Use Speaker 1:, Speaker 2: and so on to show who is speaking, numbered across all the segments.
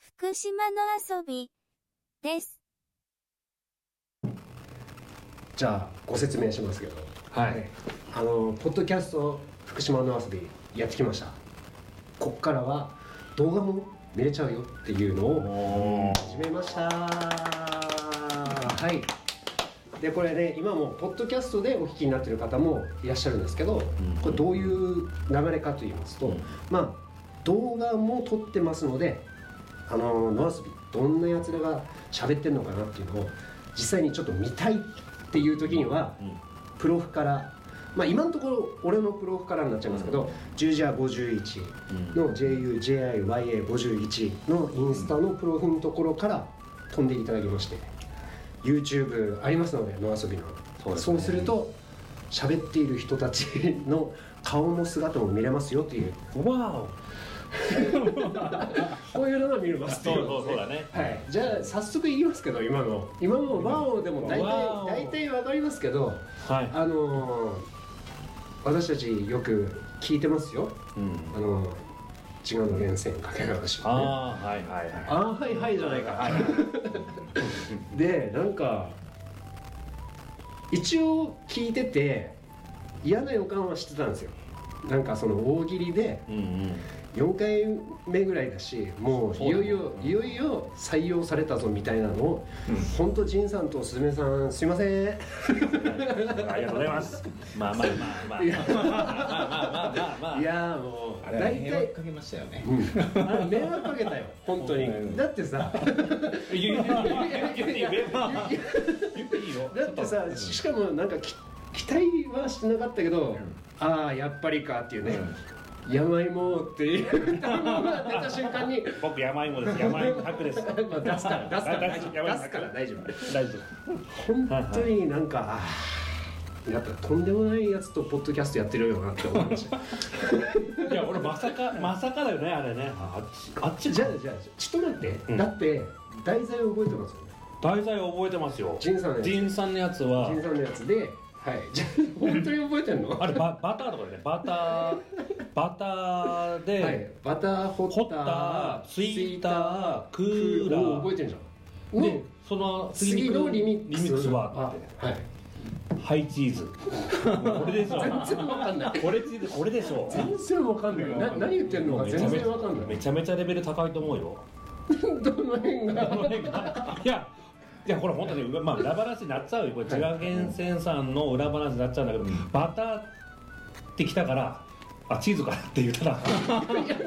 Speaker 1: 福島の遊びです。
Speaker 2: じゃあご説明しますけど、
Speaker 3: はい、
Speaker 2: あのポッドキャスト福島の遊びやってきましたこっからは動画も見れちゃうよっていうのを
Speaker 3: お
Speaker 2: 始めましたはいでこれね今もポッドキャストでお聞きになってる方もいらっしゃるんですけど、これどういう流れかと言いますと、
Speaker 3: うん
Speaker 2: まあ動画も撮ってますのであの野遊びどんなやつらが喋ってるのかなっていうのを実際にちょっと見たいっていう時には、プロフからまあ今のところ俺のプロフからになっちゃいますけど、十字ア51、の JUJIYA51 のインスタのプロフのところから飛んでいただきまして YouTube ありますので野遊びの
Speaker 3: そうです
Speaker 2: そ
Speaker 3: ね
Speaker 2: うすると喋っている人たちの顔も姿も見れますよっていう
Speaker 3: わ
Speaker 2: こういうのが見れま
Speaker 3: お
Speaker 2: すっていう
Speaker 3: そうそうだね
Speaker 2: はい、じゃあ早速言いますけど今の今もワオでも大
Speaker 3: ワオ
Speaker 2: 体大体わかりますけど
Speaker 3: はい、
Speaker 2: あのー私たちよく聞いてますよ
Speaker 3: うん、
Speaker 2: あのー違うの源泉かけ流しをね
Speaker 3: ああーはいはいはい
Speaker 2: あーはいはいじゃないかでなんか一応聞いてて嫌な予感はしてたんですよなんかその大喜利で
Speaker 3: うんうん
Speaker 2: 4回目ぐらいだしもう
Speaker 3: そう
Speaker 2: い
Speaker 3: だ
Speaker 2: よ
Speaker 3: ね
Speaker 2: いよいよいよ採用されたぞみたいなのを本当仁さんとすずめさんすいません
Speaker 3: ありがとうございますまあまあまあまあまあまあまあまあまあまあ
Speaker 2: いやーもう
Speaker 4: あれは
Speaker 2: 大
Speaker 4: 迷惑
Speaker 2: 体
Speaker 4: かけましたよね。
Speaker 2: うん あれ迷惑かけたよ本当にだって さ
Speaker 3: いやいやいや言っていいよ言っていいよ
Speaker 2: だってさしかもなんかき期待はしてなかったけど、ああやっぱりかっていうね、山芋っていう 単語が出た瞬間に
Speaker 3: 僕山芋です山芋白です
Speaker 2: まあ出すから出すから大丈夫
Speaker 3: 山芋
Speaker 2: 出すから大丈夫
Speaker 3: 大丈夫
Speaker 2: 本当になんか、あーやっぱとんでもないやつとポッドキャストやってるよなって思いま した
Speaker 3: いや俺まさかまさかだよねあれねあっちあっち
Speaker 2: じゃあじゃあちょっと待って、
Speaker 3: うん
Speaker 2: だって題材覚えてますよね
Speaker 3: 題材覚えてますよ
Speaker 2: 仁さんのやつ
Speaker 3: 仁さんのやつは
Speaker 2: 仁さんのやつではいじゃあ本当に覚えてんの
Speaker 3: あれババターとかだよねバターバターで、
Speaker 2: はい、バターホ
Speaker 3: ホ
Speaker 2: ッ
Speaker 3: ッ
Speaker 2: タ
Speaker 3: タ
Speaker 2: ー
Speaker 3: ーツイータークーラー
Speaker 2: お覚えてんじゃん
Speaker 3: で
Speaker 2: ね
Speaker 3: その
Speaker 2: 次のリミックス
Speaker 3: リミックスはって
Speaker 2: あはい
Speaker 3: ハイチー ズこれでしょ
Speaker 2: 全然わかんない
Speaker 3: これチーズこれでしょ
Speaker 2: 全然わかんないな何言ってんのか
Speaker 3: めちゃ
Speaker 2: 全
Speaker 3: めち
Speaker 2: 然
Speaker 3: ゃ
Speaker 2: わかんな
Speaker 3: め
Speaker 2: い
Speaker 3: ちゃめちゃレベル高いと思う よ
Speaker 2: どの辺が
Speaker 3: いやいやこれ本当に、まあ、裏話になっちゃうよこれ千賀源泉さんの裏話になっちゃうんだけど、バターってきたからあチーズかって言った ら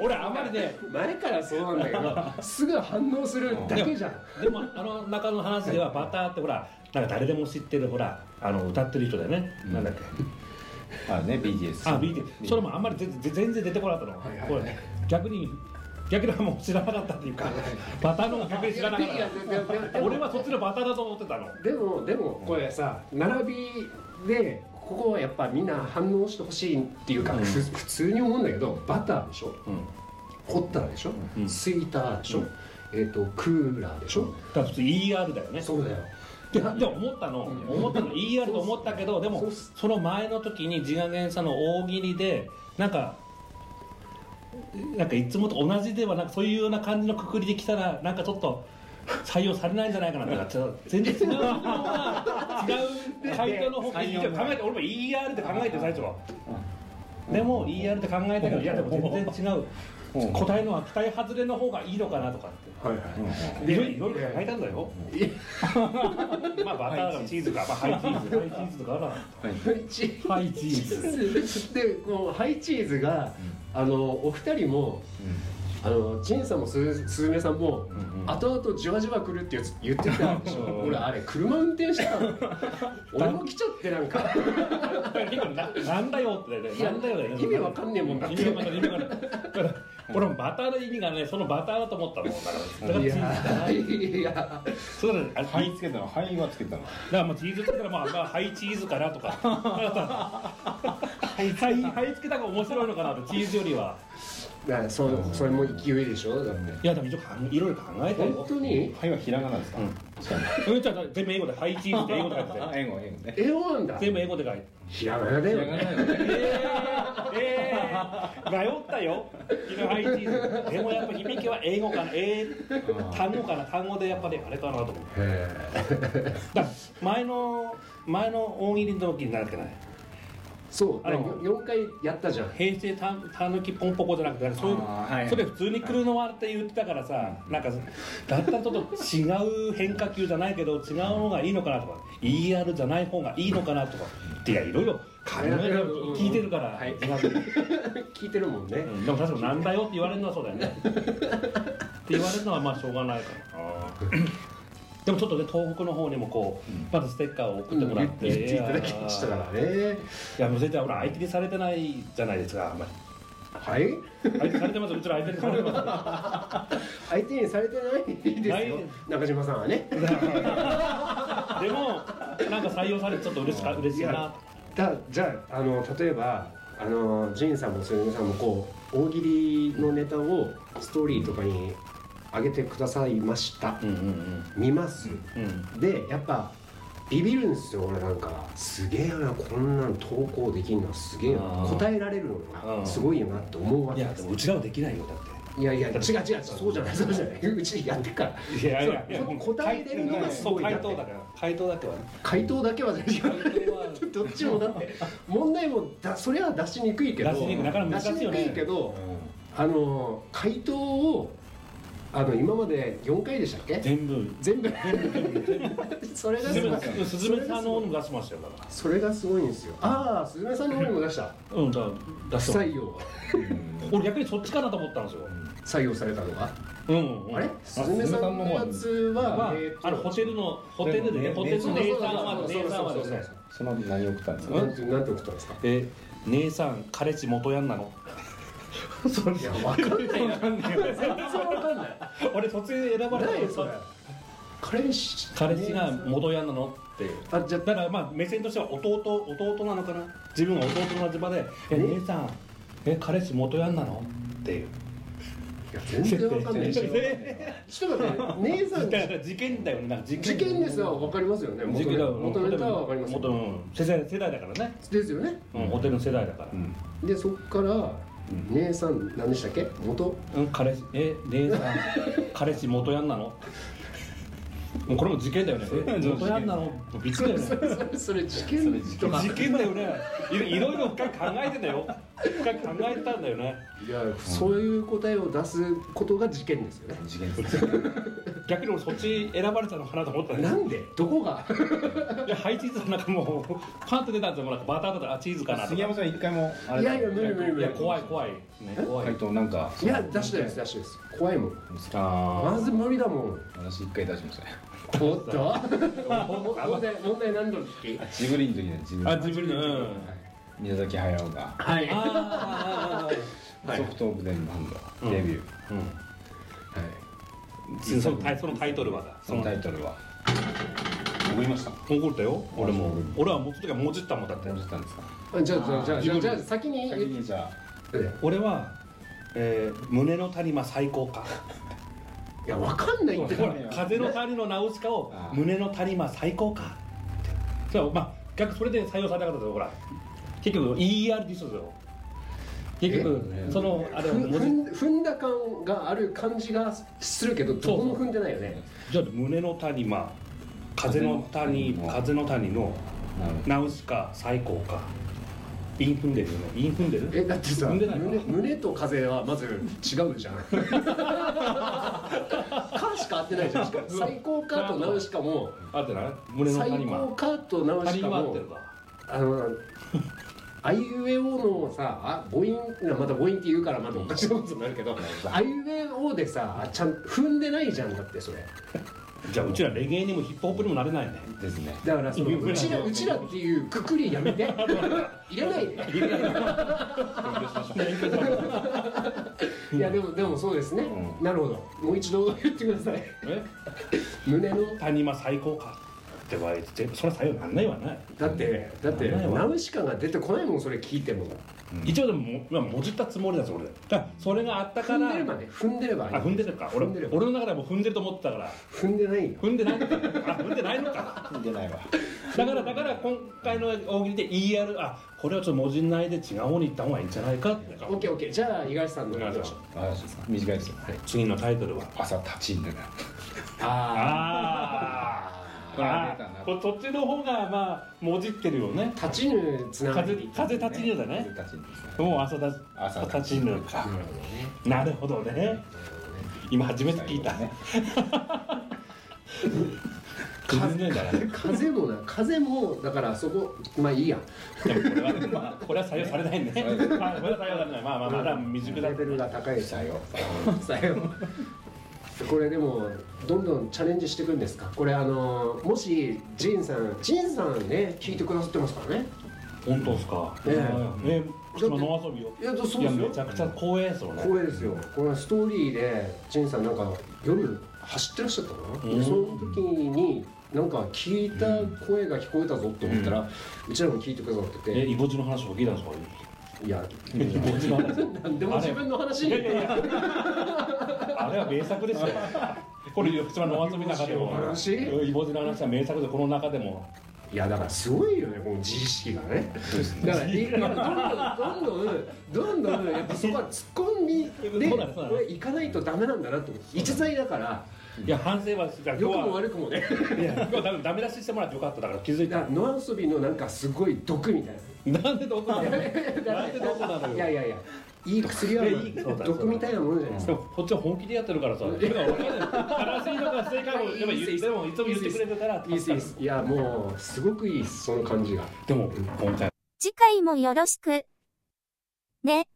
Speaker 3: 俺あんまりね
Speaker 2: 前からそうなんだ けどすぐ反応するだけじゃん
Speaker 3: でもあの中の話ではバターってほらなんか誰でも知ってるほらあの歌ってる人だよね、なんだっけ
Speaker 4: あね BTS。
Speaker 3: あ BT それもあんまり全然全然出てこなかったの、
Speaker 2: はいはい
Speaker 3: これ逆に逆にもう知らなかったっていうかバターの方が逆に知らなかっ
Speaker 2: いやでででで
Speaker 3: た俺はそっちのバターだと思ってたの
Speaker 2: でもでもこれさ並びでここはやっぱみんな反応してほしいっていうか、
Speaker 3: うん
Speaker 2: ふ普通に思うんだけどバターでしょ、
Speaker 3: ん
Speaker 2: ホッターでしょ、
Speaker 3: うん
Speaker 2: スイーターでしょ、えっ、とクーラーでしょ、
Speaker 3: だから普通 ER だよね
Speaker 2: そうだよ
Speaker 3: でで思ったの思ったの ER と思ったけどで
Speaker 2: そ
Speaker 3: も
Speaker 2: うっす
Speaker 3: その前の時に自我源さんの大喜利でなんかなんかいつもと同じではなくそういうような感じのくくりで来たらなんかちょっと採用されないんじゃないかなとかちょっと全然違うような違う回答の方がいいよ考えて俺も ER って考えて最初はでも ER って考えたけどいやでも全然違う答えのは期待外れの方がいいのかなとかって
Speaker 2: はいはい
Speaker 3: いろいろいろ考えたんだよ。 まあバターのチーズか、まあハイチーズ、ハイチーズとか
Speaker 2: チ
Speaker 3: な。ハイチ
Speaker 2: ー。 ズ でこのハイチーズが、あのお二人も、あのジンさんもすすずめさんも、後々じわじわ来るってやつ言ってたでしょ俺あれ車運転してた の俺も来ちゃってなんか
Speaker 3: 結構ななんだよってだよ
Speaker 2: い
Speaker 3: ね。
Speaker 2: や
Speaker 3: なんだよだよね。
Speaker 2: 意味わかんねえもんだって
Speaker 3: 意味わかんない意味わかんない。だからこのバターの意味がね、そのバターだと思ったもんだから。だから
Speaker 2: い
Speaker 3: チーズ
Speaker 2: や
Speaker 3: だ
Speaker 2: い
Speaker 3: な。
Speaker 2: や
Speaker 3: そうだね。あ
Speaker 4: はいつけたの。はいはつけたの。
Speaker 3: だからまあチーズつけたらまあまあハイチーズかなとか。はいはいはいつけた方が面白いのかなとチーズよりは。
Speaker 2: だからそそれも勢いでしょだって
Speaker 3: いやでも一応考えいろいろ考えた
Speaker 2: 本
Speaker 3: よ。
Speaker 2: 当に
Speaker 4: はいはひらがなですか。
Speaker 3: うんじゃあ全部英語でハイチーズって英語で書いてたよ
Speaker 4: 英語英語ね。
Speaker 2: 英語なんだ
Speaker 3: 全部英語で書いて。
Speaker 2: ひらがなだよね
Speaker 3: えー、えー、迷ったよ。ヒルハイチーズ。でもやっぱ響きは英語かな英単語かな単語でやっぱりあれかなと思う
Speaker 2: へえ
Speaker 3: だから前の前の大喜利の時になるけない
Speaker 2: そう
Speaker 3: あ
Speaker 2: だ
Speaker 3: の
Speaker 2: 4回やったじゃん
Speaker 3: 平成たたぬきポンポコじゃなくてなんかそういう、
Speaker 4: あーはい
Speaker 3: それ普通に来るのはって言ってたからさなんかだったらちょっと違う変化球じゃないけど違うのがいいのかなとか ER じゃない方がいいのかなとかっていやいろいろ考えて聞いてるから、
Speaker 2: はい
Speaker 3: 違う
Speaker 2: 聞いてるもんね、
Speaker 3: うんでも確かに「なんだよ」って言われるのはそうだよねって言われるのはまあしょうがないからでもちょっとね東北の方にもこうまずステッカーを送ってもら
Speaker 2: 言
Speaker 3: っ、
Speaker 2: ってていただきましたからね
Speaker 3: いやもう絶対ほら相手にされてないじゃないですかあんまり
Speaker 2: はい
Speaker 3: 相手にされてますうちら相手にされてます
Speaker 2: 相手にされてないで
Speaker 3: な
Speaker 2: す
Speaker 3: い
Speaker 2: よ中島さんはね
Speaker 3: でもなんか採用されてちょっと嬉しか嬉しいな
Speaker 2: だじゃああの例えばあのジンさんもすみさんもこう大喜利のネタをストーリーとかに上げてくださいました、
Speaker 3: うんうん
Speaker 2: 見ます、
Speaker 3: うんうん
Speaker 2: でやっぱビビるんですよ俺なんかすげえなこんなん投稿できんのすげえな
Speaker 3: あー
Speaker 2: 答えられるの
Speaker 3: う
Speaker 2: が
Speaker 3: ん
Speaker 2: すごいよなって思うわ
Speaker 3: い
Speaker 2: け
Speaker 3: や
Speaker 2: で
Speaker 3: ですもうちらはできないよだって
Speaker 2: いやいや違う違うそうじゃないそうじゃないうちやってっから
Speaker 3: いやいやいや
Speaker 2: そう答えれるのがす
Speaker 3: そう
Speaker 2: ごいな
Speaker 3: 回
Speaker 2: って
Speaker 3: 答だから回答だけはね
Speaker 2: 回答だけはじゃあ
Speaker 3: 回答は
Speaker 2: どっちもだって問題もだそれは出しにくいけど
Speaker 3: 出しにくいなかなか難しいよね
Speaker 2: 出しにくいけど、あの回答をあの今まで4回でしたっけ
Speaker 3: 全部
Speaker 2: 全部それがすごい
Speaker 3: 全部すずめさんの方にも出しましたよだか
Speaker 2: それがすごいんですよああすずめさんの方にも出した
Speaker 3: らうんだから出
Speaker 2: 不
Speaker 3: してもらう
Speaker 2: 採用は
Speaker 3: 俺逆にそっちかなと思ったんですよ
Speaker 2: 採用されたのが、
Speaker 3: うんうん
Speaker 2: あれすずめさんのやつは、
Speaker 3: まあ
Speaker 2: えーと
Speaker 3: あのホテルのホテルでね
Speaker 4: でも
Speaker 3: ホ
Speaker 4: ね
Speaker 3: テル
Speaker 2: そう
Speaker 3: の
Speaker 2: そう
Speaker 3: 姉
Speaker 2: そう
Speaker 3: さんは姉さんはですね
Speaker 4: その何送ったんですか
Speaker 2: なんてなんて送ったんですか
Speaker 3: え姉さん彼氏元ヤンな の
Speaker 2: いやわかんない
Speaker 3: 全然わかんない俺途中で選ばれた
Speaker 2: ないそれ彼氏
Speaker 3: 彼氏が元ヤンなのって
Speaker 2: あじゃ
Speaker 3: だからまあ目線としては弟弟なのかな自分は弟の立場で「え
Speaker 2: え
Speaker 3: 姉さんえ彼氏元ヤンなの?」っていう
Speaker 2: いや全然わかんないしちょっと待って姉さ
Speaker 3: だ
Speaker 2: ん
Speaker 3: から事件だよねなんか事
Speaker 2: 事件ですはわかりますよね元
Speaker 3: 事件
Speaker 2: ネ
Speaker 3: だよ
Speaker 2: 元ネタはわかります
Speaker 3: 元
Speaker 2: よ
Speaker 3: の世代世代だからね、
Speaker 2: ですよね
Speaker 3: うん、ホテルの世代だから、
Speaker 4: うん
Speaker 2: でそっから姉さん何でしたっけ元
Speaker 3: うん、彼氏え姉さん彼氏元ヤンなのもうこれも事件だよねえ元ヤンなのもうびっくりだよね
Speaker 2: それそれ事件とか
Speaker 3: 事件だよねいろいろいろ深く考えてたよ深く考えてたんだよね
Speaker 2: いやそういう答えを出すことが事件ですよね
Speaker 4: 次元ですね
Speaker 3: 逆に俺そっち選ばれたのかなと思ったね
Speaker 2: なんでどこが
Speaker 3: いやハイチーズなんかもうパンと出たんですよもうなんかバターだったらあチーズかなと
Speaker 4: 杉
Speaker 3: か
Speaker 4: 山さん一回もあれ
Speaker 2: いやいや無理無理無
Speaker 3: い
Speaker 2: 理
Speaker 3: や怖い怖い、ね、怖
Speaker 4: 回
Speaker 3: い
Speaker 4: 答なんか
Speaker 2: いや出したです出したです怖いもん
Speaker 4: あ
Speaker 2: まず無理だもん
Speaker 4: あ私一回出しましたね
Speaker 2: おっとも問題問題何度の時
Speaker 4: ジブリの時ねジブ
Speaker 3: あ
Speaker 4: リ
Speaker 3: 自分のうん
Speaker 4: 宮崎駿が
Speaker 2: はい
Speaker 3: あー
Speaker 2: は
Speaker 3: あーあ
Speaker 2: はい
Speaker 4: ソフトオブデンバン
Speaker 3: う
Speaker 4: ド
Speaker 3: ん
Speaker 4: デビュー
Speaker 3: ーうん
Speaker 4: 実
Speaker 3: そ
Speaker 4: 際
Speaker 3: のタイそのタイトルはだ
Speaker 4: そのタイトルは送りました
Speaker 3: 怒ったよ俺も
Speaker 4: うん
Speaker 3: 俺はもうちょっとがもじったもんだって
Speaker 4: 何だったんですか
Speaker 2: いじゃあじゃあじゃあじゃあ先に
Speaker 4: 先にじゃ
Speaker 2: え
Speaker 3: 俺は、えー胸の谷間最高か
Speaker 2: いやわかんないって
Speaker 3: ほら風の谷のナウシカを
Speaker 4: あー
Speaker 3: 胸の谷間最高かってそうまあ逆にそれで採用されなかったとほら結局 ER でしょそれを結
Speaker 4: え
Speaker 3: 局そのあれを
Speaker 2: ふんふ
Speaker 3: 文字
Speaker 2: ん踏んだ感がある感じがするけどどこも踏んでないよね
Speaker 3: じゃあ胸の谷間風の谷風
Speaker 4: 風
Speaker 3: の谷の
Speaker 4: あな
Speaker 3: ナ
Speaker 4: る
Speaker 3: ウシカ最高かインフンデルよねインフンデル
Speaker 2: えだってさ
Speaker 3: 踏んでな
Speaker 2: 胸
Speaker 3: いか
Speaker 2: 胸と風はまず違うじゃん かしか合ってないじゃんしか も最高かとナウシカも
Speaker 3: あってない胸の
Speaker 2: 最
Speaker 3: 谷
Speaker 2: 高
Speaker 3: 間
Speaker 2: かとナウシカ
Speaker 3: 谷間合っ
Speaker 2: も
Speaker 3: てるか
Speaker 2: あのあいうえおのさあ母音また母音って言うからまたおかしなことになるけどあいうえおでさちゃん踏んでないじゃんだってそれ
Speaker 3: じゃあうちらレゲエにもヒップホップにもなれないね
Speaker 4: ほどですね
Speaker 2: だからその
Speaker 3: いや
Speaker 2: うちらうちらっていうくくりや めて入れないでいやでもでもそうですね、
Speaker 4: う
Speaker 2: なるほどもう一度言ってください
Speaker 3: え
Speaker 2: 胸の
Speaker 3: 谷間最高かって言われてそれは採用なんないわね
Speaker 2: だってだって
Speaker 3: なんやわ
Speaker 2: ナウシカが出てこないもんそれ聞いても
Speaker 4: うん
Speaker 3: 一応でももまあもじったつもりだぞ俺だからそれがあったか
Speaker 2: 踏ん
Speaker 3: ら
Speaker 2: でればね踏んでればいい
Speaker 3: あ踏んでるか俺
Speaker 2: 踏んでる
Speaker 3: 俺の中ではもう踏んでると思ってたから
Speaker 2: 踏んでないよ
Speaker 3: 踏んでないのかあ踏んでないのか
Speaker 4: 出ないわ
Speaker 3: だからだから今回の大喜利で ER あこれはちょっともじんないで違う方に行った方がいいんじゃないかって
Speaker 2: オッケーオッケーじゃあ五十嵐さんの行きましょう
Speaker 4: あそうですか短いですよ
Speaker 3: 次のタイトルは
Speaker 4: 朝立ちんでな
Speaker 2: あ
Speaker 3: あーあー
Speaker 4: あ
Speaker 3: これそっちの方がまあもじってるよね
Speaker 2: あ立ちぬつながりでいった
Speaker 3: 風立ちぬだね
Speaker 4: 風立ちぬですね
Speaker 3: もう朝だ
Speaker 4: 朝
Speaker 3: 朝立ちぬか
Speaker 2: なるほどね
Speaker 3: なるほどね今初めて聞いた
Speaker 4: 最後ね
Speaker 3: 崩れねえだら ね
Speaker 2: 風もな風もだからそこまあいいや
Speaker 3: でもこれは、まあ、これは採用されないね。
Speaker 4: 採用され
Speaker 3: まあ、これは採用されない。まあ、まあ、まだ未熟だ
Speaker 2: レベルが高いです
Speaker 4: 最後
Speaker 2: 最後これでもどんどんチャレンジしていくんですかこれあのもしジンさんジンさんね聞いてくださってますからね
Speaker 3: 本当ですか。
Speaker 2: ええ
Speaker 3: ええ、今の遊びを。
Speaker 2: いやそうです
Speaker 3: いや、
Speaker 2: よ
Speaker 3: めちゃくちゃ光栄ですよね。
Speaker 2: 光栄ですよこれストーリーでジンさんなんか夜走ってらっしゃったかな、
Speaker 3: う
Speaker 2: で
Speaker 3: ん
Speaker 2: その時になんか聞いた声が聞こえたぞって思ったら、うちらも聞いてくださって
Speaker 3: え、
Speaker 2: て、
Speaker 3: イボジの話を聞いたんですか。
Speaker 2: いや
Speaker 3: イボジの話。
Speaker 2: なんでも自分の話
Speaker 3: い
Speaker 2: に
Speaker 3: やいやいや。あれは名作 ですよ。これ、福島のお遊びの中でも
Speaker 2: イボジの。話
Speaker 3: イボジの話は名作で、この中でも。
Speaker 2: いやだからすごいよねこの自意識がねだからいやどんどんどんどんどんどんやっぱそこは突っ込みで
Speaker 3: そうだねそうだね
Speaker 2: これ行かないとダメなんだなと思って一材だから
Speaker 3: いや、反省は、今日
Speaker 2: 良
Speaker 3: は。
Speaker 2: くも悪くもね
Speaker 3: いや、今日は多分ダメ出ししてもらってよかった。だから、気づい
Speaker 2: だ
Speaker 3: た
Speaker 2: から。野遊びのなんかすごい毒みたい
Speaker 3: なんでどこなの。
Speaker 2: な
Speaker 3: なんでどこなのよ
Speaker 2: いやいやいやいい薬はある
Speaker 3: いやいいそうだ
Speaker 2: 毒みたいなものじゃないです
Speaker 3: で
Speaker 2: か
Speaker 3: もこっちは本気でやってるからさ、だから俺がね正しいのか正 解もやっぱ言ってもいつも言ってくれるから、
Speaker 2: いいっすいいっすいやもうすごくいいっすその感じが
Speaker 3: でも今回
Speaker 1: 次回もよろしく。ね。